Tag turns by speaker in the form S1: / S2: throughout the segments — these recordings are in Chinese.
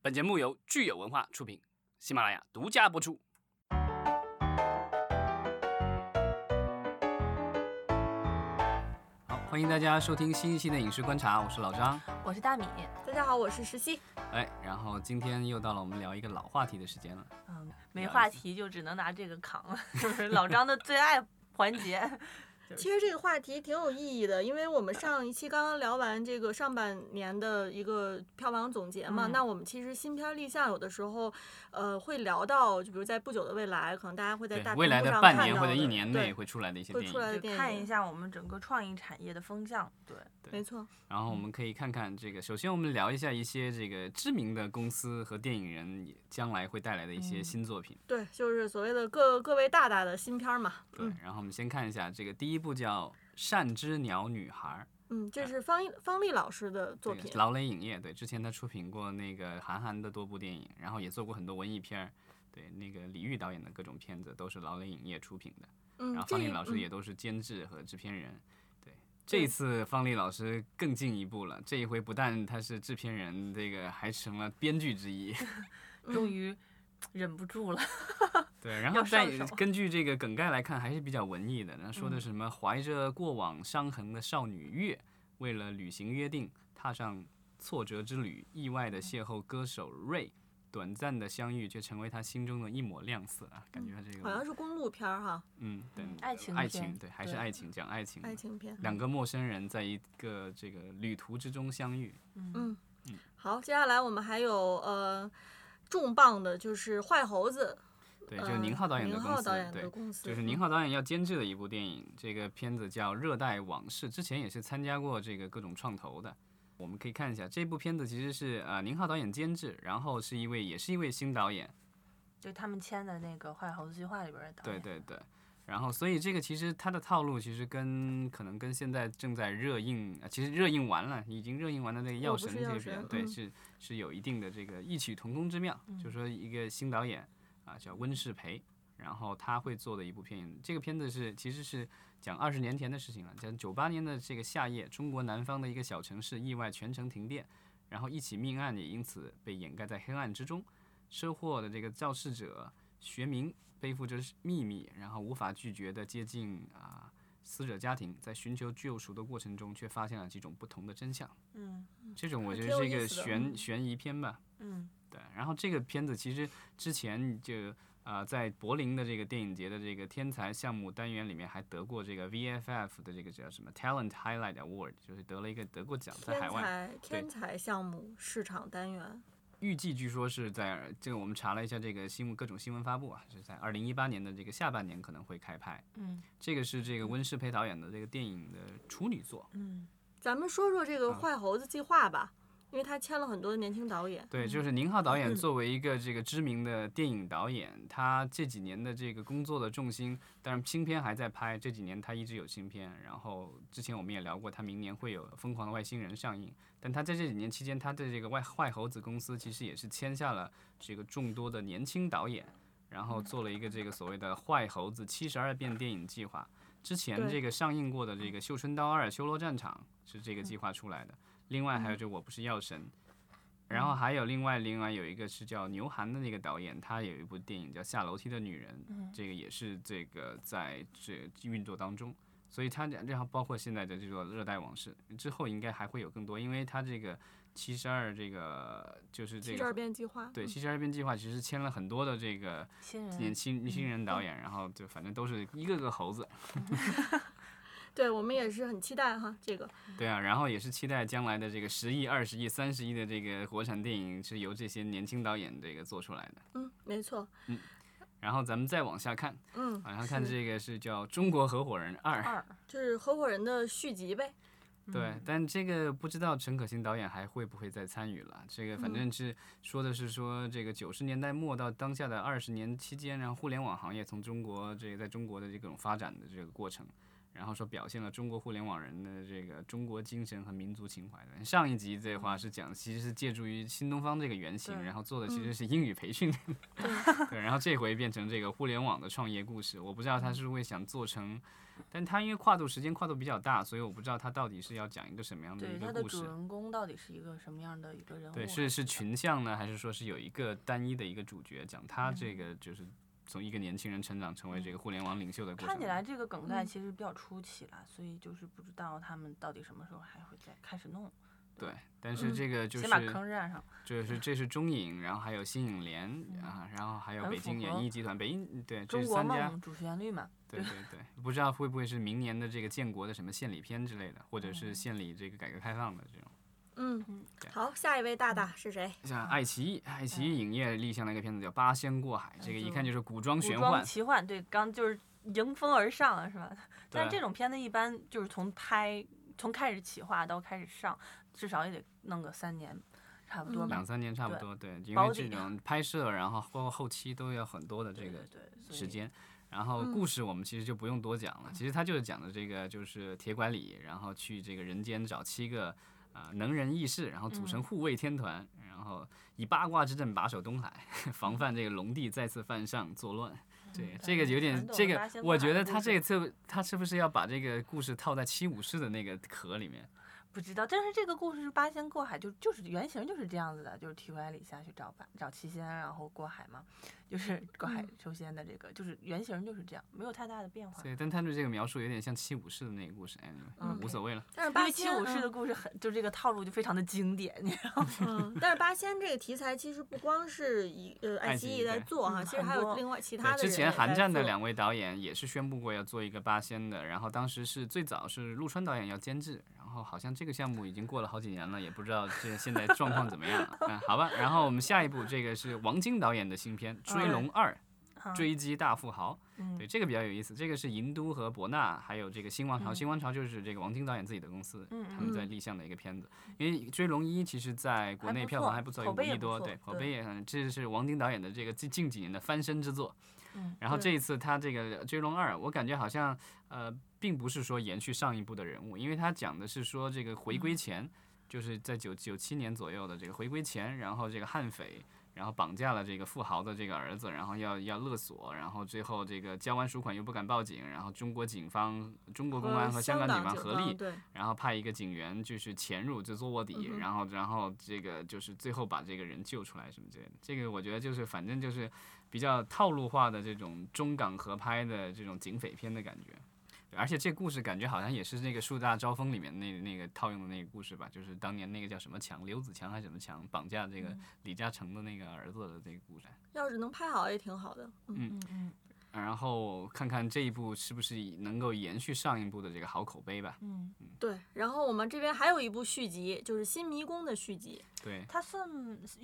S1: 本节目由聚友文化出品，喜马拉雅独家播出。好，欢迎大家收听新一期的《影视观察》，我是老张。
S2: 我是大米。
S3: 大家好，我是石溪。
S1: 哎，然后今天又到了我们聊一个老话题的时间了。
S2: 嗯，没话题就只能拿这个扛了，就是老张的最爱环 节。
S3: 其实这个话题挺有意义的，因为我们上一期刚刚聊完这个上半年的一个票房总结嘛，
S2: 嗯
S3: 那我们其实新片立项有的时候，呃，会聊到，就比如在不久的未来，可能大家会在
S1: 对
S3: 大，
S1: 未
S3: 屏
S1: 来
S3: 幕
S1: 的
S3: 上
S1: 半
S3: 看
S1: 年
S3: 到
S1: 或者
S3: 的
S1: 一年
S3: 对
S1: 内会出来的一些
S3: 会
S1: 电
S3: 出来
S1: 影。
S3: 的
S2: 就
S3: 电影
S2: 看一下我们整个创意产业的风向。对，
S3: 没错，
S1: 然后我们可以看看这个，首先我们聊一下一些这个知名的公司和电影人也将来会带来的一些
S2: 嗯
S1: 新作品。
S3: 对，就是所谓的各各位大大的新片嘛。嗯
S1: 对，然后我们先看一下这个第一部叫《善之鸟女孩儿》，
S3: 嗯，这是方一方丽老师的作
S1: 这
S3: 品
S1: 个。劳雷影业对，之前他出品过那个韩寒的多部电影，然后也做过很多文艺片儿。对，那个李玉导演的各种片子都是劳雷影业出品的，
S3: 嗯，
S1: 然后
S3: 这
S1: 方丽
S3: 一
S1: 老
S3: 嗯
S1: 师也都是监制和制片人。对，这一次方丽老师更进一步了，这一回不但他是制片人，这个还成了编剧之一。
S2: 终于忍不住了。
S1: 对，然后
S2: 要
S1: 再
S2: 上手
S1: 根据这个梗概来看，还是比较文艺的。那说的是什么？怀着过往伤痕的少女月，为了履行约定，踏上挫折之旅，意外的邂逅歌手瑞，短暂的相遇却成为他心中的一抹亮色啊！感觉他这
S3: 嗯好像
S1: 个，
S3: 是公路片儿哈，
S1: 嗯，对，
S2: 爱情
S1: 爱
S2: 片
S1: 情，对，还是
S2: 对
S1: 爱情，讲爱情的，
S3: 爱情片。
S1: 两个陌生人在一个这个旅途之中相遇。
S2: 嗯
S3: 嗯，好，接下来我们还有呃重磅的，就是坏猴子，
S1: 对，就是
S3: 呃
S1: 宁浩导演的
S3: 宁
S1: 公
S3: 浩
S1: 司，
S3: 导演
S1: 对
S3: 的，公司，
S1: 就是宁浩导演要监制的一部电影，这个片子叫《热带往事》，之前也是参加过这个各种创投的。我们可以看一下这部片子，其实是呃宁浩导演监制，然后是一位也是一位新导演，
S2: 就他们签的那个《坏猴子计划》里边的导
S1: 对
S2: 演。
S1: 对对。然后，所以这个其实它的套路其实跟可能跟现在正在热映，呃其实热映完了，已经热映完的那个《药
S3: 哦我不
S1: 神
S3: 是》
S1: 这
S3: 药
S1: 个片，
S3: 神
S1: 对，
S3: 嗯
S1: 是是有一定的这个异曲同工之妙。就说一个新导演啊，叫温世培，然后他会做的一部片，这个片子是其实是讲二十年前的事情了，讲九八年的这个夏夜，中国南方的一个小城市意外全城停电，然后一起命案也因此被掩盖在黑暗之中，车祸的这个肇事者学明背负着秘密，然后无法拒绝的接近啊、死者家庭，在寻求救赎的过程中，却发现了几种不同的真相。
S2: 嗯
S1: 这种我觉
S3: 挺
S1: 得
S3: 有
S1: 是一
S3: 意
S1: 个
S3: 思的
S1: 悬
S3: 嗯
S1: 悬疑片吧，
S2: 嗯
S1: 对，然后这个片子其实之前就呃在柏林的这个电影节的这个天才项目单元里面还得过这个 VFF 的这个叫什么 Talent Highlight Award，就是得了一个得过奖，在海
S3: 天
S1: 外。
S3: 才天才项目市场单元，
S1: 预计据说是在这个我们查了一下这个新闻各种新闻发布啊，是在二零一八年的这个下半年可能会开拍。
S2: 嗯
S1: 这个是这个温世培导演的这个电影的处女作，
S2: 嗯，
S3: 咱们说说这个
S1: 啊
S3: 坏猴子计划吧，因为他签了很多年轻导演。
S1: 对，就是宁浩导演作为一个这个知名的电影导演，他这几年的这个工作的重心，当然新片还在拍，这几年他一直有新片。然后之前我们也聊过，他明年会有《疯狂的外星人》上映，但他在这几年期间，他的这个外坏猴子公司其实也是签下了这个众多的年轻导演，然后做了一个这个所谓的“坏猴子七十二变”电影计划。之前
S3: 对
S1: 这个上映过的这个《绣春刀二：修罗战场》是这个计划出来的，另外
S3: 嗯
S1: 还有就《我不是药神》，然后还有另外另外有一个是叫牛涵的那个导演，他有一部电影叫《下楼梯的女人》，
S3: 嗯
S1: 这个也是这个在这运作当中。所以他然后包括现在的这个《热带往事》之后，应该还会有更多，因为他这个七十二这个就是这
S3: 七十二
S1: 个
S3: 变计划，
S1: 对
S3: 嗯
S1: 七十二变计划，其实签了很多的这个
S2: 新
S1: 年
S2: 人。
S1: 轻新人导演，然后就反正都是一个个猴子，
S3: 对我们也是很期待哈，这个
S1: 对啊，然后也是期待将来的这个十亿、二十亿、三十亿的这个国产电影是由这些年轻导演这个做出来的。
S3: 嗯，没错，
S1: 然后咱们再往下看，
S3: 嗯，
S1: 往下看这个是叫《中国合伙人二》，
S2: 二
S3: 就是合伙人的续集呗。
S1: 对，但这个不知道陈可辛导演还会不会再参与了。这个反正是说的是说这个九十年代末到当下的二十年期间，然后互联网行业从中国这个在中国的这种发展的这个过程，然后说表现了中国互联网人的这个中国精神和民族情怀的。上一集这话是讲，其实是借助于新东方这个原型，
S2: 对
S1: 然后做的其实是英语培训，对，然后这回变成这个互联网的创业故事。我不知道
S2: 嗯
S1: 他是不是会想做成，但他因为跨度时间跨度比较大，所以我不知道他到底是要讲一个什么样的
S2: 对
S1: 一
S2: 它
S1: 个
S2: 的
S1: 故
S2: 主
S1: 事。
S2: 人公到底是一个什么样的一个人物啊？
S1: 对，是是群像呢，还是说是有一个单一的一个主角，讲
S2: 嗯
S1: 他这个就是从一个年轻人成长成为这个互联网领袖的过程？
S2: 看起来这个梗概
S3: 嗯
S2: 其实比较初期啦，所以就是不知道他们到底什么时候还会再开始弄，
S1: 对，但是
S3: 嗯
S1: 这个就是
S2: 先把坑占上。
S1: 就是这是中影，然后还有新影联啊，然后还有
S2: 嗯很
S1: 北
S2: 符
S1: 京演
S2: 合
S1: 艺集团，北京对这
S2: 中国
S1: 三家，
S2: 梦主旋律嘛，
S1: 对对对，不知道会不会是明年的这个建国的什么献礼片之类的，或者
S2: 嗯
S1: 是献礼这个改革开放的这种。
S3: 嗯，好，下一位大
S1: 嗯
S3: 大是谁？
S1: 像
S2: 嗯
S1: 爱奇艺，爱奇艺影业立项的一个片子叫《八仙过海》，这个一
S2: 就
S1: 看就是古装
S2: 嗯古
S1: 玄
S2: 装
S1: 幻，
S2: 奇幻，对，刚就是迎风而上了，是吧？但
S1: 对
S2: 这种片子一般就是从拍，从开始企划到开始上，至少也得弄个三年，差不多
S3: 嗯
S2: 吧。
S1: 两三年差不
S2: 对
S1: 多，对，因
S2: 保
S1: 为这
S2: 底
S1: 种拍摄，然后后后期都要很多的这
S2: 对
S1: 个
S2: 对对，所
S1: 时
S2: 以
S1: 间。然后
S3: 嗯
S1: 故事我们其实就不用多讲了，其实它就是讲的这个就是铁拐李，然后去这个人间找七个啊、呃能人异士，然后组成
S2: 嗯
S1: 护卫天团，然后以八卦之阵把守东海， 防范这个龙帝再次犯上作乱。对，
S2: 嗯
S1: 这个有点
S2: 传统
S1: 这
S2: 的
S1: 个
S2: 八仙，过
S1: 我
S2: 海
S1: 觉
S2: 的
S1: 得
S2: 故
S1: 他这
S2: 事
S1: 个特他是不是要把这个故事套在七武士的那个壳里
S2: 啊
S1: 面？
S2: 不知道，但是这个故事是八仙过海，就就是原型就是这样子的，就是提拐李下去找八找七仙，然后过海嘛，就是 过海
S3: 嗯
S2: 修仙的这个，就是原型就是这样，没有太大的变化。
S1: 对，但他对这个描述有点像七武士的那个故事，哎，无
S2: OK
S1: 所谓了。
S3: 但是
S2: 因
S3: 八
S2: 为七
S3: 仙
S2: 武士的
S3: 嗯
S2: 故事很，就这个套路就非常的经典，你知道吗？
S3: 嗯，但是八仙这个题材其实不光是一呃
S1: 爱
S3: 爱
S1: 奇
S3: 奇
S1: 艺
S3: 艺在
S1: 对
S3: 做哈，
S2: 嗯
S3: 其实
S2: 很
S3: 还
S2: 多
S3: 有另外其
S1: 对
S3: 他的
S1: 之
S3: 人
S1: 前
S3: 也
S1: 韩
S3: 在
S1: 战的
S3: 做
S1: 两位导演也是宣布过要做一个八仙的，然后当时是最早是陆川导演要监制，然后好像这个项目已经过了好几年了，也不知道这现在状况怎么样 了。嗯，好吧，然后我们下一步这个是王晶导演的新片《追龙二》。
S2: 嗯
S1: 追击大富豪，
S2: 嗯
S1: 对这个比较有意思。这个是银都和博纳，还有这个新王朝，
S2: 嗯
S1: 新王朝就是这个王晶导演自己的公司，
S2: 嗯
S1: 他们在
S3: 嗯
S1: 立项的一个片子。因为《追龙一》其实在国
S2: 还
S1: 内
S2: 不
S1: 票房
S2: 错
S1: 还不错，
S2: 口
S1: 有五
S2: 碑
S1: 亿
S2: 也不
S1: 多，
S2: 错
S1: 对，口
S2: 对
S1: 碑也很。这是王晶导演的这个近近几年的翻身之作。
S2: 嗯
S1: 然后
S3: 对
S1: 这一次他这个《追龙二》，我感觉好像呃，并不是说延续上一部的人物，因为他讲的是说这个回
S2: 嗯
S1: 归前，就是在九九七年左右的这个回归前，然后这个悍匪。然后绑架了这个富豪的这个儿子，然后要要勒索，然后最后这个交完赎款又不敢报警，然后中国警方、中国公
S3: 呃
S1: 安和香港警方合力，
S3: 嗯对，
S1: 然后派一个警员就是潜入就做卧底
S3: 嗯，哼
S1: 然后然后这个就是最后把这个人救出来什么之类的。这个我觉得就是反正就是比较套路化的这种中港合拍的这种警匪片的感觉。对而且这故事感觉好像也是那个《树大招风》里面那那个套用的那个故事吧，就是当年那个叫什么强，刘子强还是什么强绑架这个
S2: 嗯
S1: 李嘉诚的那个儿子的这个故事。
S3: 要是能拍好也挺好的。嗯，
S2: 嗯嗯
S1: 然后看看这一部是不是能够延续上一部的这个好口碑吧。
S2: 嗯，
S3: 对。然后我们这边还有一部续集，就是《新迷宫》的续集。
S1: 对
S2: 它算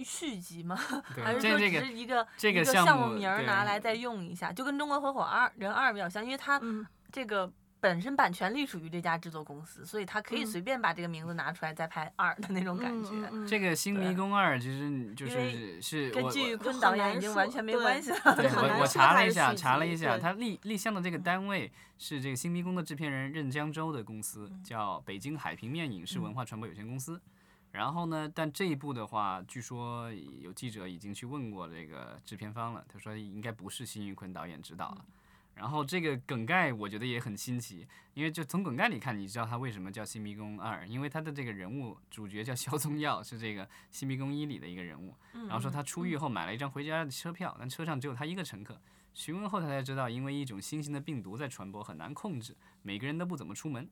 S2: 续集吗？还
S1: 对，
S2: 是
S1: 这
S2: 说
S1: 这
S2: 只
S1: 个
S2: 是一个
S1: 这
S2: 一
S1: 个
S2: 个
S1: 项
S2: 项目
S1: 目
S2: 名儿
S1: 对
S2: 拿来再用一下，就跟《中国合伙二人二》比较像，因为它
S3: 嗯，
S2: 这个本身版权隶属于这家制作公司，所以他可以
S3: 嗯
S2: 随便把这个名字拿出来再拍二的那种感觉。
S3: 嗯嗯嗯
S1: 这个《新迷宫二》其实你就
S2: 因为
S1: 是是我
S2: 跟剧
S1: 我
S3: 嗯
S2: 坤导演已经完全没关系 了。
S1: 对
S3: 很难
S1: 我我
S3: 说
S1: 查
S3: 它
S1: 了一
S3: 是
S1: 下，
S3: 续
S1: 查了
S3: 集
S1: 一下，
S3: 对
S1: 他立立项的这个单位是这个《新迷宫》的制片人任江洲的公司，
S3: 嗯
S1: 叫北京海平面影视文化传播有限公司。然后呢，但这一部的话，据说有记者已经去问过这个制片方了，他说应该不是辛玉坤导演执导
S3: 嗯
S1: 了。然后这个梗概我觉得也很新奇，因为就从梗概里看，你知道他为什么叫《新迷宫二》，因为他的这个人物主角叫 萧宗耀，是这个《新迷宫一》里的一个人物。
S3: 嗯
S1: 然
S2: 嗯
S1: 后说他出狱后买了一张回家的车票，但车上只有他一个乘客。询问后，他才知道，因为一种新型的病毒在传播，很难控制，每个人都不怎么出门。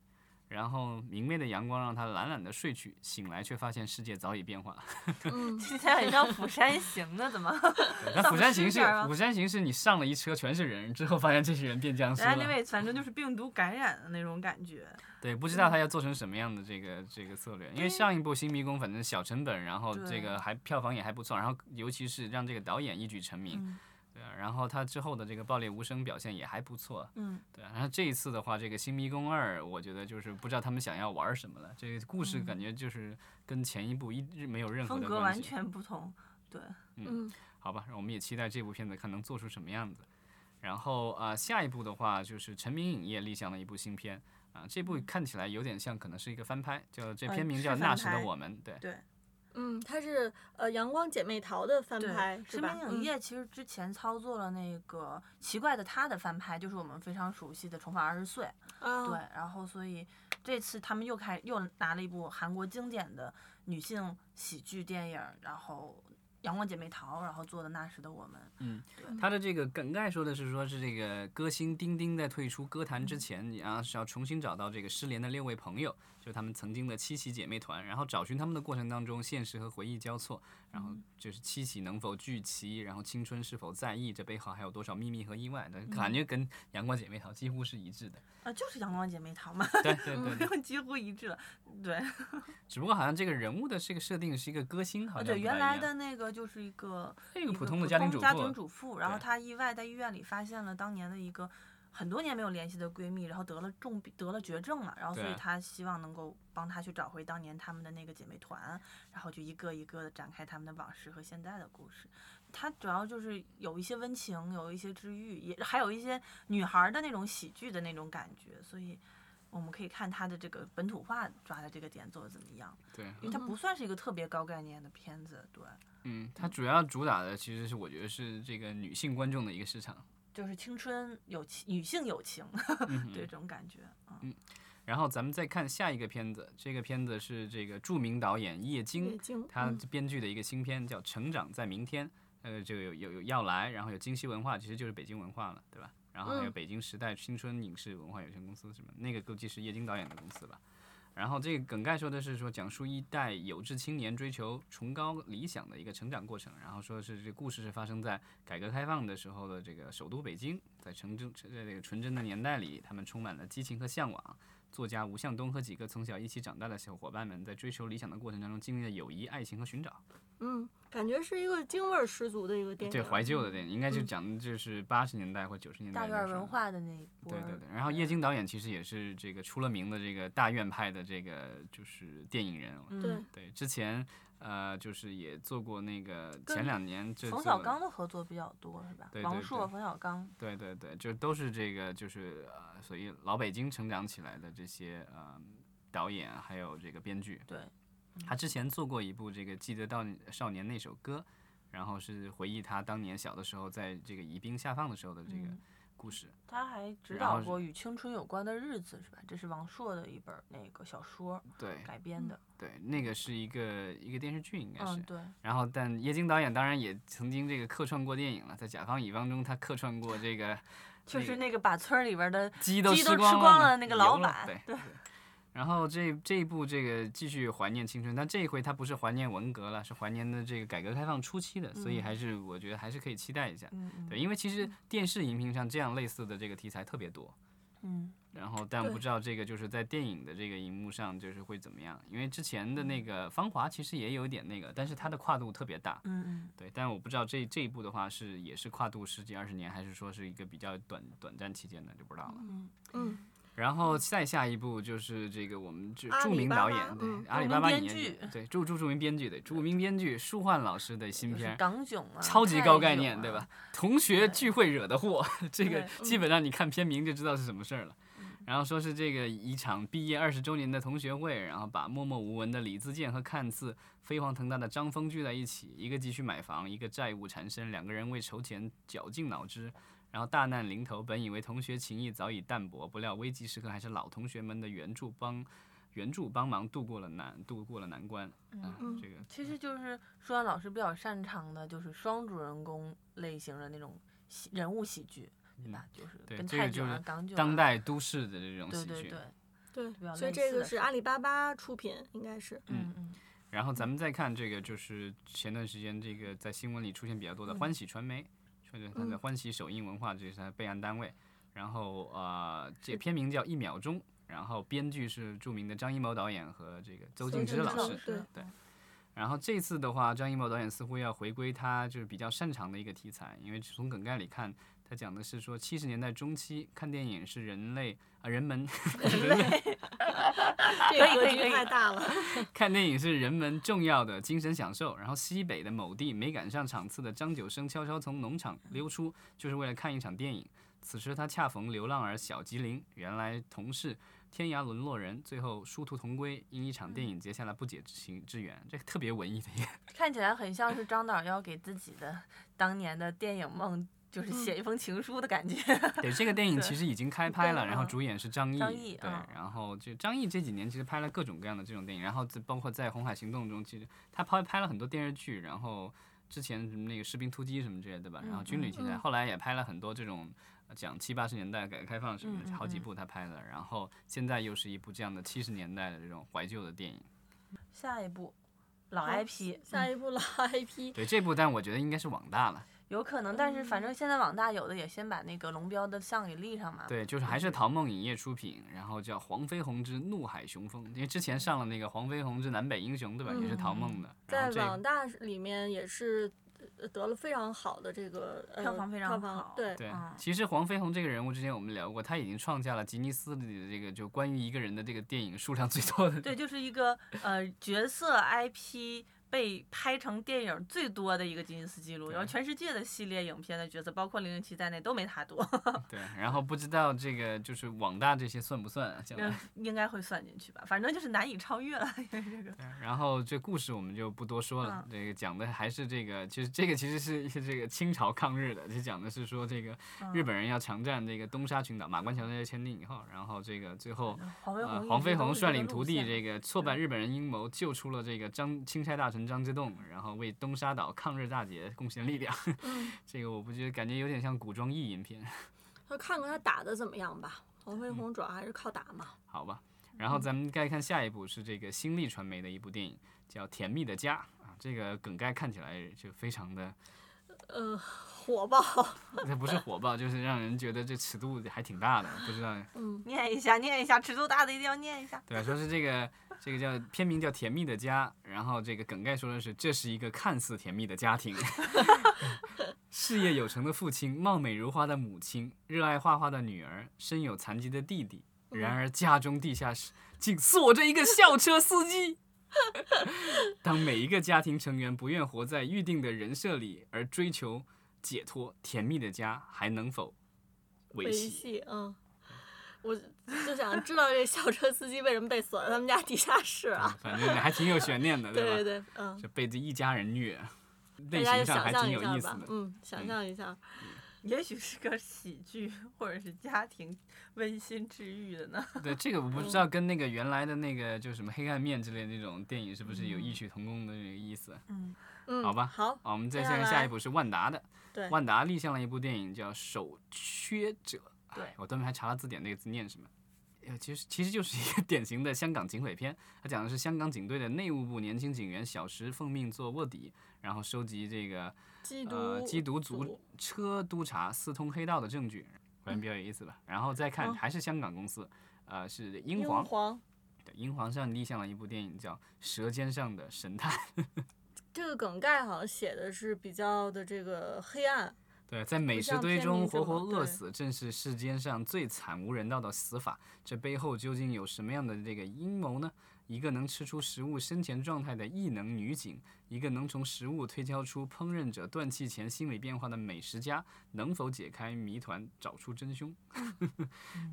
S1: 然后明媚的阳光让他懒懒的睡去，醒来却发现世界早已变化。
S3: 嗯，
S2: 听起来很像《釜山行》呢，怎么？
S1: 那《釜山行》
S2: 尸
S1: 是
S2: 点儿啊
S1: 《釜山行》是你上了一车全是人，之后发现这些人变僵尸
S2: 人家那
S1: 了。嗯
S2: 位反正就是病毒感染的那种感觉。
S1: 对，不知道他要做成什么样的这个这个策略，因为上一部《新迷宫》反正小成本，然后这
S2: 对
S1: 个还票房也还不错，然后尤其是让这个导演一举成名，
S2: 嗯
S1: 对啊，然后他之后的这个《爆裂无声》表现也还不错，
S2: 嗯，
S1: 对啊，然后这一次的话，这个《新迷宫二》，我觉得就是不知道他们想要玩什么了。这个故事感觉就是跟前一部一直没有任何
S2: 嗯风
S1: 的
S2: 格
S1: 关
S2: 完
S1: 系。
S2: 全不同。对，
S3: 嗯
S1: 好吧，我们也期待这部片子看能做出什么样子。然后啊、呃下一部的话就是陈明影业立项的一部新片啊、这部看起来有点像可能是一个翻拍，叫这
S2: 嗯
S1: 片名
S2: 是
S1: 叫《那
S2: 翻
S1: 时的
S2: 拍
S1: 我们》，对，
S2: 对，
S3: 嗯，它是呃《阳光姐妹淘》的翻拍
S2: 对，
S3: 是
S2: 申
S3: 吧
S2: 明？
S3: 嗯
S2: 影业其实之前操作了那个《奇怪的他》的翻拍，就是我们非常熟悉的《重返二十岁》。
S1: 哦
S3: 啊，
S2: 对，然后所以这次他们又开又拿了一部韩国经典的女性喜剧电影儿，然后《阳光姐妹淘》，然后做的《那时的我们》。
S1: 他的这个梗概说的是，说是这个歌星丁丁在退出歌坛之前，然后是要重新找到这个失联的六位朋友，就是他们曾经的七喜姐妹团。然后找寻他们的过程当中，现实和回忆交错，然后
S2: 嗯
S1: 就是七喜能否聚齐，然后青春是否在意，这背后还有多少秘密和意外？但感
S2: 嗯
S1: 觉跟《阳光姐妹淘》几乎是一致的。
S2: 啊，就是阳光姐妹淘嘛，
S1: 对对对对，
S2: 几乎一致了。对，
S1: 只不过好像这个人物的这个设定是一个歌星，好
S2: 啊
S1: 像
S2: 对，
S1: 不
S2: 原
S1: 太一
S2: 来
S1: 样
S2: 的那个就是一个
S1: 那个
S2: 一
S1: 普
S2: 个
S1: 通的
S2: 普
S1: 家庭
S2: 通
S1: 主
S2: 家
S1: 妇
S2: 庭主妇，然后
S1: 对
S2: 她意外在医院里发现了当年的一个很多年没有联系的闺蜜，然后得了重病得了绝症了，然后所以
S1: 对
S2: 她希望能够帮她去找回当年她们的那个姐妹团，然后就一个一个的展开她们的往事和现在的故事。它主要就是有一些温情，有一些治愈，也还有一些女孩儿的那种喜剧的那种感觉，所以。我们可以看它的这个本土化抓的这个点做的怎么样，
S1: 对，
S2: 因为它
S3: 嗯
S2: 不算是一个特别高概念的片子，对。
S1: 嗯，他主要主打的其实是我觉得是这个女性观众的一个市场。
S2: 就是青春友情，女性友情，
S1: 嗯
S2: 对这种感觉，嗯，
S1: 然后咱们再看下一个片子，这个片子是这个著名导演叶
S3: 北
S1: 京
S3: 京，
S1: 他
S3: 嗯
S1: 编剧的一个新片，叫《成长在明天》。呃，这个有有有要来，然后有京西文化，其实就是北京文化了，对吧？然后还有
S3: 嗯
S1: 北京时代青春影视文化有限公司什么，那个估计是叶京导演的公司吧。然后这个梗概说的是说讲述一代有志青年追求崇高理想的一个成长过程，然后说是这故事是发生在改革开放的时候的这个首都北京，在纯真在这个纯真的年代里，他们充满了激情和向往。作家吴向东和几个从小一起长大的小伙伴们，在追求理想的过程当中，经历了友谊、爱情和寻找。
S3: 嗯，感觉是一个京味儿十足的一个电影，
S1: 对怀旧的电影，应该就
S3: 嗯
S1: 讲的就是八十年代或九十年代
S2: 大院
S1: 那
S2: 儿
S1: 个时候
S2: 文。化嗯的那一波，
S1: 对对对，然后叶京导演其实也是这个出了名的这个大院派的这个就是电影人。
S2: 嗯，
S3: 对，
S1: 对，之前呃就是也做过那个
S2: 跟
S1: 前两年就
S2: 冯
S1: 做
S2: 小
S1: 了
S2: 刚的合作比较多是吧？
S1: 对对
S2: 王
S1: 对
S2: 朔、冯小刚，
S1: 对对对，就都是这个，就是呃，所以老北京成长起来的这些呃导演还有这个编剧，
S2: 对，
S1: 他之前做过一部这个《记得到少年那首歌》，然后是回忆他当年小的时候在这个宜宾下放的时候的这个
S2: 嗯
S1: 故事。
S2: 他还指
S1: 然后
S2: 导
S1: 是
S2: 过《与青春有关的日子》是吧？这是王朔的一本儿那个小说
S1: 对
S2: 改编的，
S1: 对，那个是一个一个电视剧应该是。
S2: 嗯，对，
S1: 然后，但叶京导演当然也曾经这个客串过电影了，在《甲方乙方》中他客串过这个。
S2: 就是那个把村儿里边儿的
S1: 鸡都
S2: 鸡
S1: 吃
S2: 都吃
S1: 光
S2: 光
S1: 嘛
S2: 了那个
S1: 油
S2: 老
S1: 了
S2: 板
S1: 对对。然后这这一部这个继续怀念青春，但这一回他不是怀念文革了，是怀念的这个改革开放初期的，所以
S2: 嗯
S1: 还是我觉得还是可以期待一下。
S2: 嗯嗯
S1: 对，因为其实电视荧屏上这样类似的这个题材特别多，
S2: 嗯，
S1: 然后但不
S3: 对
S1: 知道这个就是在电影的这个荧幕上就是会怎么样，因为之前的那
S3: 嗯
S1: 个《芳华》其实也有点那个，但是它的跨度特别大。
S2: 嗯嗯，
S1: 对，但我不知道这这一部的话是也是跨度十几二十年，还是说是一个比较短短暂期间的，就不知道了。
S3: 嗯，
S1: 然后再下一部就是这个我们著
S3: 阿
S1: 著
S3: 里
S1: 名
S3: 巴
S1: 导
S3: 巴
S1: 演，对
S3: 嗯
S1: 阿里
S2: 著
S1: 巴
S2: 名
S1: 巴
S2: 编
S1: 演
S2: 剧
S1: 员，对著著著名编剧，对著名编剧舒焕老师的新
S2: 就是
S1: 片，
S2: 港囧啊，
S1: 超级
S2: 泰
S1: 高概
S2: 囧
S1: 念，对
S2: 啊
S1: 吧？？同学聚会惹的祸，这个
S2: 对嗯
S1: 基本上你看片名就知道是什么事儿了。然后说是这个一场毕业二十周年的同学会，然后把默默无闻的李自健和看似飞黄腾达的张峰聚在一起，一个急需买房，一个债务缠身，两个人为筹钱绞尽脑汁。然后大难临头，本以为同学情谊早已淡薄，不料危急时刻还是老同学们的援助帮援助帮忙度过了难度过了难关。啊
S3: 嗯
S1: 这个
S2: 其实就是舒安老师比较擅长的，就是双主人公类型的那种喜人物喜剧，对吧？就是
S1: 嗯对
S2: 跟
S1: 这个
S2: 泰囧
S1: 就
S2: 啊
S1: 是、
S2: 港囧、啊、
S1: 当代都市的这种
S2: 对
S1: 喜
S2: 对
S1: 剧。
S2: 对，
S3: 对
S2: 比较，
S3: 所以
S2: 类
S3: 这
S2: 似
S3: 个
S2: 的
S3: 是阿里巴巴出品，应 该是，
S1: 嗯
S2: 嗯嗯，
S1: 然后咱们再看这个，就是前段时间这个在新闻里出现比较多的
S2: 嗯
S1: 欢喜传媒，说是它的
S3: 嗯
S1: 欢喜首映文化，这是它的备案单位。然后呃，这片名叫《一秒钟》，然后编剧是著名的张艺谋导演和这个周
S3: 周
S1: 静
S3: 静
S1: 之
S3: 之
S1: 老
S3: 老
S1: 师
S3: 师。对
S1: 对然后这次的话，张艺谋导演似乎要回归他就是比较擅长的一个题材，因为从梗概里看，他它讲的是说七十年代中期看电影是人类啊、人们
S2: 可以可
S3: 这个格局
S2: 以
S3: 太 大了。
S1: 看电影是人们重要的精神享受。然后西北的某地没赶上场次的张九生悄悄从农场溜出，就是为了看一场电影。此时他恰逢流浪儿小吉林，原来同是天涯沦落人，最后殊途同归，因一场电影结下了不解之情之缘。这特别文艺的一个，
S2: 看起来很像是张导要给自己的 当年的电影梦，就是
S3: 嗯
S2: 写一封情书的感觉。
S1: 对这个电影
S2: 对
S1: 其实已经开拍了，
S2: 对
S1: 然后
S2: 嗯
S1: 主演是张译，
S2: 张译
S1: 对
S2: 嗯，
S1: 然后就张译这几年其实拍了各种各样的这种电影，然后在包括在《红海行动》中，其实他拍拍了很多电视剧，然后之前什么那个《士兵突击》什么之类的吧，然后
S2: 嗯
S1: 军旅题材，
S3: 嗯
S1: 后来也拍了很多这种呃讲七八十年代改革开放什么
S2: 嗯嗯
S1: 的，好几
S2: 嗯
S1: 部他拍的，然后现在又是一部这样的七十年代的这种怀旧的电影。
S2: 下一部，老
S3: 好
S2: IP，
S3: 下一部老 IP，
S1: 对这部，但我觉得应该是网大了，
S2: 嗯有可能，但是反
S3: 嗯
S2: 正现在网大有的也先把那个龙标的像给立上嘛。
S1: 对，就是还是陶梦影业出品，然后叫《黄飞鸿之怒海雄风》，因为之前上了那个《黄飞鸿之南北英雄》，对吧？也是陶梦的。然
S3: 在
S1: 后这
S3: 网大里面也是呃得了非常好的这个呃
S2: 票房非常
S3: 票房
S2: 好
S3: 对，
S1: 对
S2: 嗯，
S1: 其实黄飞鸿这个人物之前我们聊过，他已经创下了吉尼斯里的这个就关于一个人的这个电影数量最多的。
S2: 对，就是一个呃角色 IP 被拍成电影最多的一个吉尼斯纪录，然后
S1: 对
S2: 全世界的系列影片的角色，包括零零七在内都没他 多，
S1: 对，然后不知道这个就是网大这些算不算啊？将来。
S2: 应该会算进去吧，反正就是难以超越了，因为这个。
S1: 然后这故事我们就不多说
S2: 嗯
S1: 了，这个讲的还是这个，其实这个其实是是这个清朝抗日的，就讲的是说这个日
S2: 嗯
S1: 本人要强占这个东沙群岛，马关条约签订以后，然后这个最后。
S2: 嗯黄飞
S1: 呃，
S2: 鸿，
S1: 黄飞鸿率领徒弟
S2: 这
S1: 这个挫败日本人阴谋，救出了这个张钦差大臣张之洞，然后为东沙岛抗日大捷贡献力量。
S2: 嗯
S1: 这个我不觉得，感觉有点像古装意淫片，
S3: 就看看他打的怎么样吧。黄
S1: 嗯
S3: 飞鸿主要还是靠打嘛。
S1: 好吧？然后咱们该看下一部是这个新力传媒的一部电影，叫《甜蜜的家》啊，这个梗概看起来就非常的，
S3: 呃，火 爆，
S1: 那不是火爆，就是让人觉得这尺度还挺大的，不知道。
S3: 嗯，
S2: 念一下，念一下，尺度大的一定要念一下。
S1: 对，说是这个这个叫片名叫《甜蜜的家》，然后这个梗概说的是这是一个看似甜蜜的家庭， 事业有成的父亲，貌美如花的母亲，热爱画画的女儿，身有残疾的弟弟。然而家中地下室竟锁着一个校车司机。 当每一个家庭成员不愿活在预定的人设里，而追求解脱，甜蜜的家还能否维
S3: 维
S1: 系？
S3: 系，嗯。我就想知道这校车司机为什么被锁在他们家地下室 啊？
S1: 反正还挺有悬念的，吧？
S3: 对对对，嗯，
S1: 就被这一家人虐，
S3: 大
S1: 类
S3: 家
S1: 型
S3: 就
S1: 上
S3: 想
S1: 还
S3: 象
S1: 挺
S3: 一
S1: 有
S3: 下
S1: 意思
S3: 吧，
S1: 的。
S3: 嗯，想
S1: 嗯
S3: 象一下，
S2: 也许是个喜剧，或者是家庭温馨治愈的呢。
S1: 对这个我不知
S3: 嗯
S1: 道跟那个原来的那个就什么黑暗面之类的那种电影是不是有异曲同工的这个意思啊？
S2: 嗯，
S3: 嗯，
S1: 好吧
S3: 好，
S1: 我们再
S3: 接下
S1: 看下
S3: 来
S1: 一部是万达的，
S3: 对，
S1: 万达立项了一部电影叫《守缺者》，
S2: 对
S1: 哎我专门还查了字典那个字念什么。呃，其实其实就是一个 典型的香港警匪片，它讲的是香港警队的内务部年轻警员小石奉命做卧底，然后收集这个
S3: 缉
S1: 呃
S3: 毒，
S1: 缉毒组，车督察私通黑道的证据，果然比较有意思吧？然后再看
S3: 好
S1: 还是香港公司，呃，是英
S3: 嗯英
S1: 皇，
S3: 皇，
S1: 对，英皇上立项了一部电影叫《舌尖上的神探》。
S3: 这个梗概好像写的是比较的这个黑暗，
S1: 对，在美食
S3: 像
S1: 堆
S3: 片
S1: 中
S3: 名这
S1: 活活
S3: 么
S1: 饿
S3: 对
S1: 死，正是世间上最惨无人道的死法。这背后究竟有什么样的这个阴谋呢？一个能吃出食物生前状态的异能女警，一个能从食物推敲出烹饪者断气前心理变化的美食家，能否解开谜团，找出真凶？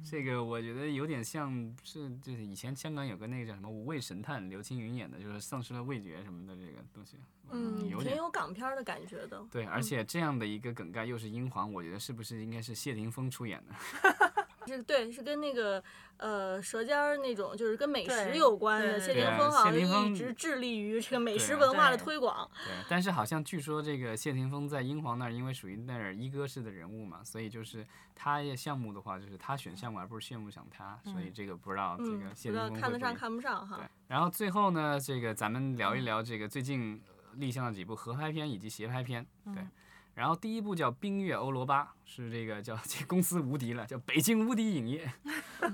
S1: 这个我觉得有点像是就是以前香港有个那个叫什么《无畏神探》，刘青云演的，就是丧失了味觉什么的这个东西，
S3: 嗯，
S1: 有
S3: 挺
S1: 点
S3: 有港片儿的感觉的，
S1: 对，而且这样的一个梗概又是英皇，我觉得是不是应该是谢霆锋出演的？
S3: 是对，是跟那个呃《舌尖》儿那种，就是跟美食
S2: 对
S3: 有关
S2: 对
S3: 的。
S2: 对
S3: 谢
S2: 对
S3: 霆
S1: 对
S3: 锋好
S1: 谢霆
S3: 像
S1: 锋
S3: 一直致力于这个美
S1: 对
S3: 食
S1: 啊
S3: 文化的
S2: 对
S3: 推广。
S1: 对，但是好像据说这个谢霆锋在英皇那儿，因为属于那儿一哥式的人物嘛，所以就是他也项目的话，就是他选项目而不是项目想他，所以
S2: 嗯
S1: 这个不知道这
S3: 嗯，
S1: 个
S3: 不
S1: 谢霆
S3: 知道
S1: 锋
S3: 看
S1: 会不
S3: 得
S1: 会
S3: 上。看不上
S1: 对
S3: 哈。，
S1: 然后最后呢，这个咱们聊
S2: 嗯
S1: 一聊这个最近呃立项的几部合拍片以及斜拍片。对
S2: 嗯，
S1: 然后第一部叫《冰月欧罗巴》，是这个叫这公司无敌了，叫北京无敌影 业。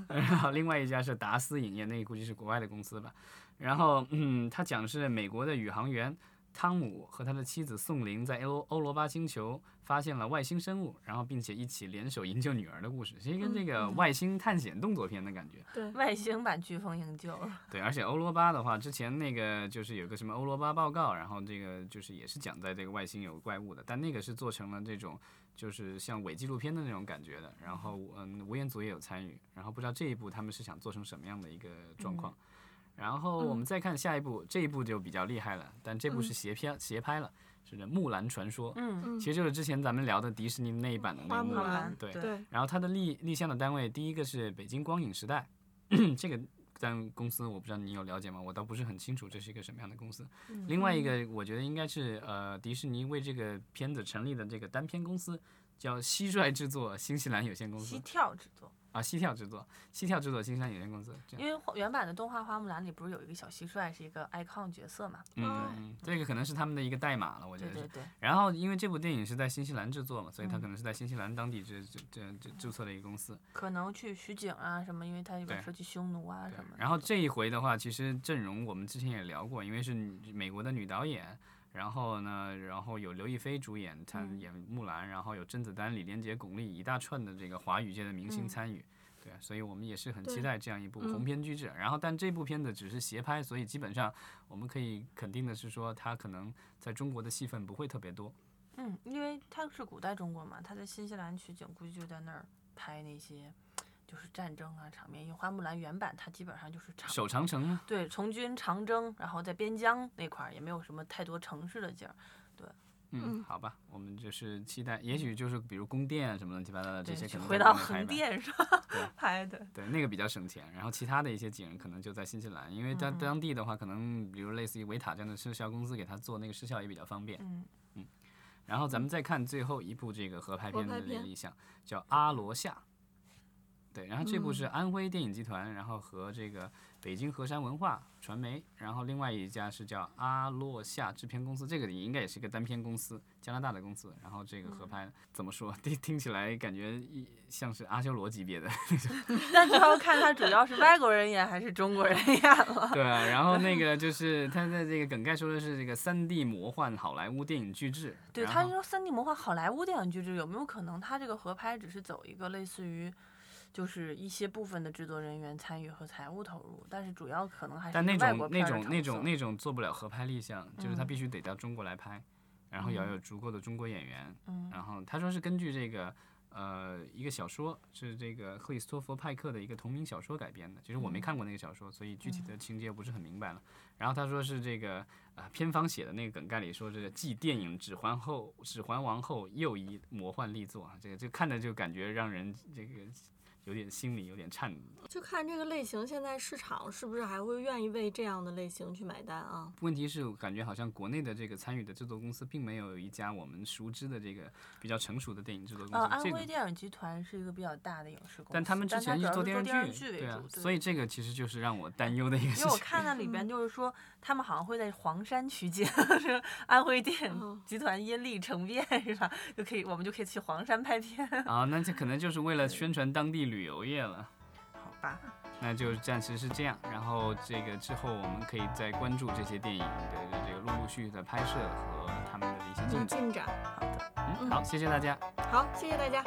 S1: 然后另外一家是达斯影业，那个估计是国外的公司吧。然后嗯，它讲的是美国的宇航员。汤姆和他的妻子宋琳在欧欧罗巴星球发现了外星生物，然后并且一起联手营救女儿的故事，其实跟这个
S2: 嗯嗯
S1: 外星探险动作片的感觉。
S3: 对，
S2: 外星版飓风营救，
S1: 对，而且欧罗巴的话，之前那个就是有个什么欧罗巴报告，然后这个就是也是讲在这个外星有怪物的，但那个是做成了这种就是像伪纪录片的那种感觉的。然后嗯，吴彦祖也有参与，然后不知道这一部他们是想做成什么样的一个状况。然后我们再看下一部，这一部就比较厉害了，但这部是斜片斜拍了，是《木兰传说》。
S2: 嗯，
S3: 嗯
S1: 其实就是之前咱们聊的迪士尼那一版的那个
S3: 花
S1: 木
S3: 木
S1: 兰
S3: 兰，
S1: 对，
S3: 对，
S1: 然后它的立立项的单位，第一个是北京光影时代， 这个单公司我不知道你有了解吗？我倒不是很清楚这是一个什么样的公司。
S2: 嗯
S1: 另外一个我觉得应该是呃迪士尼为这个片子成立的这个单片公司，叫蟋蟀制作新西兰有限公
S2: 西
S1: 司
S2: 跳制作，
S1: 啊，西跳制作，西跳制作新西兰有限公司。这样
S2: 因为原版的动画《花木兰》里不是有一个小蟋蟀是一个 icon 角色嘛？
S1: 嗯，
S3: 哦
S1: 嗯这个可能是他们的一个代码了，我觉
S2: 对
S1: 得是
S2: 对。对，
S1: 然后，因为这部电影是在新西兰制作嘛，所以它
S2: 嗯
S1: 可能是在新西兰当地这这这这注册的一个公司。
S2: 可能去取景啊什么，因为他有
S1: 对
S2: 说去匈奴啊什么的。
S1: 然后这一回的话，其实阵容我们之前也聊过，因为是女美国的女导演，然后呢，然后有刘亦菲主演，她
S2: 嗯
S1: 演木兰，然后有甄子丹、李连杰、巩俐一大串的这个华语界的明星
S2: 嗯
S1: 参与。对，所以我们也是很期
S3: 对
S1: 待这样一部
S2: 嗯
S1: 鸿篇巨制。然后，但这部片子只是斜拍，所以基本上我们可以肯定的是说，它可能在中国的戏份不会特别多。
S2: 嗯，因为它是古代中国嘛，它在新西兰取景，估计就在那儿拍那些就是战争啊场面。因为花木兰原版它基本上就是场
S1: 守长城呢？
S2: 对从军长征，然后在边疆那块儿也没有什么太多城市的景儿。
S1: 嗯，
S3: 嗯
S1: 好吧，我们就是期待，也许就是比如宫殿啊什么乱七八糟的这
S2: 对，
S1: 些，
S2: 去
S1: 可能
S2: 回
S1: 在
S2: 到
S1: 国内拍
S2: 横
S1: 吧
S2: 店上拍的。
S1: 对，那个比较省钱，然后其他的一些景可能就在新西兰，因为在
S2: 嗯嗯
S1: 当地的话，可能比如类似于维塔这样的失效公司给他做那个失效也比较方便。
S2: 嗯，
S1: 然后咱们再看最后一部这个合拍
S3: 合
S1: 片的
S3: 拍
S1: 这个
S3: 片
S1: 意向，叫《阿罗夏》。对，然后这部是
S3: 嗯
S1: 安徽电影集团，然后和这个北京河山文化传媒，然后另外一家是叫阿洛夏制片公司，这个应该也是一个单片公司，加拿大的公司。然后这个
S3: 嗯
S1: 合拍、怎么说， 听听起来感觉一像是阿修罗级别的
S2: 但就要看它主要是外国人演还是中国人演了。
S1: 对啊，然后那个就是他在这个梗概说的是这个三 D 魔幻好莱坞电影巨制，
S2: 对，
S1: 然
S2: 他
S1: 后
S2: 说三 D 魔幻好莱坞电影巨制有没有可能，他这个合拍只是走一个类似于，就是一些部分的制作人员参与和财务投入，但是主要可能还是
S1: 但那
S2: 一个外
S1: 种
S2: 国片
S1: 那
S2: 儿的
S1: 种那种
S2: 成色
S1: 那种做不了合拍立项，就是他
S2: 嗯
S1: 必须得到中国来拍，然后也要有足够的中国演员，
S2: 嗯
S1: 然后他说是根据这个。呃，一个小说是这个克里斯托弗·派克的一个同名小说改编的。其实我没
S2: 嗯
S1: 看过那个小说，所以具体的情节不是很明白了。然后他说是这个呃片方写的那个梗概里说这个继电影《指环后》《指环王》后又一魔幻力作啊，这个就看着就感觉让人这个有点心里有点颤。
S3: 就看这个类型现在市场是不是还会愿意为这样的类型去买单啊？
S1: 问题是，我感觉好像国内的这个参与的制作公司并没有一家我们熟知的这个比较成熟的电影制作公
S2: 呃，
S1: 司。
S2: 安
S1: 这
S2: 徽
S1: 种
S2: 电影集团是一个比较大的影视公司，
S1: 但他们之前
S2: 主要
S1: 做
S2: 是
S1: 电
S2: 电
S1: 视
S2: 剧为
S1: 对啊
S2: 主，，
S1: 所以这个其实就是让我担忧的一个
S2: 因
S1: 事
S2: 为我
S1: 情。
S2: 看了里 边
S3: 嗯
S2: 就是说，他们好像会在黄山取景，是安徽电影
S3: 哦
S2: 集团阴历成变是吧？就可以我们就可以去黄山拍片，
S1: 啊，那这可能就是为了宣传当地旅游业了。
S2: 好吧？
S1: 那就暂时是这样，然后这个之后我们可以再关注这些电影的这个陆陆续续的拍
S2: 嗯
S1: 摄和他们的一些进展。
S3: 进展。
S2: 好的。
S1: 嗯，
S3: 嗯
S1: 好，谢谢大家。
S3: 好，谢谢大家。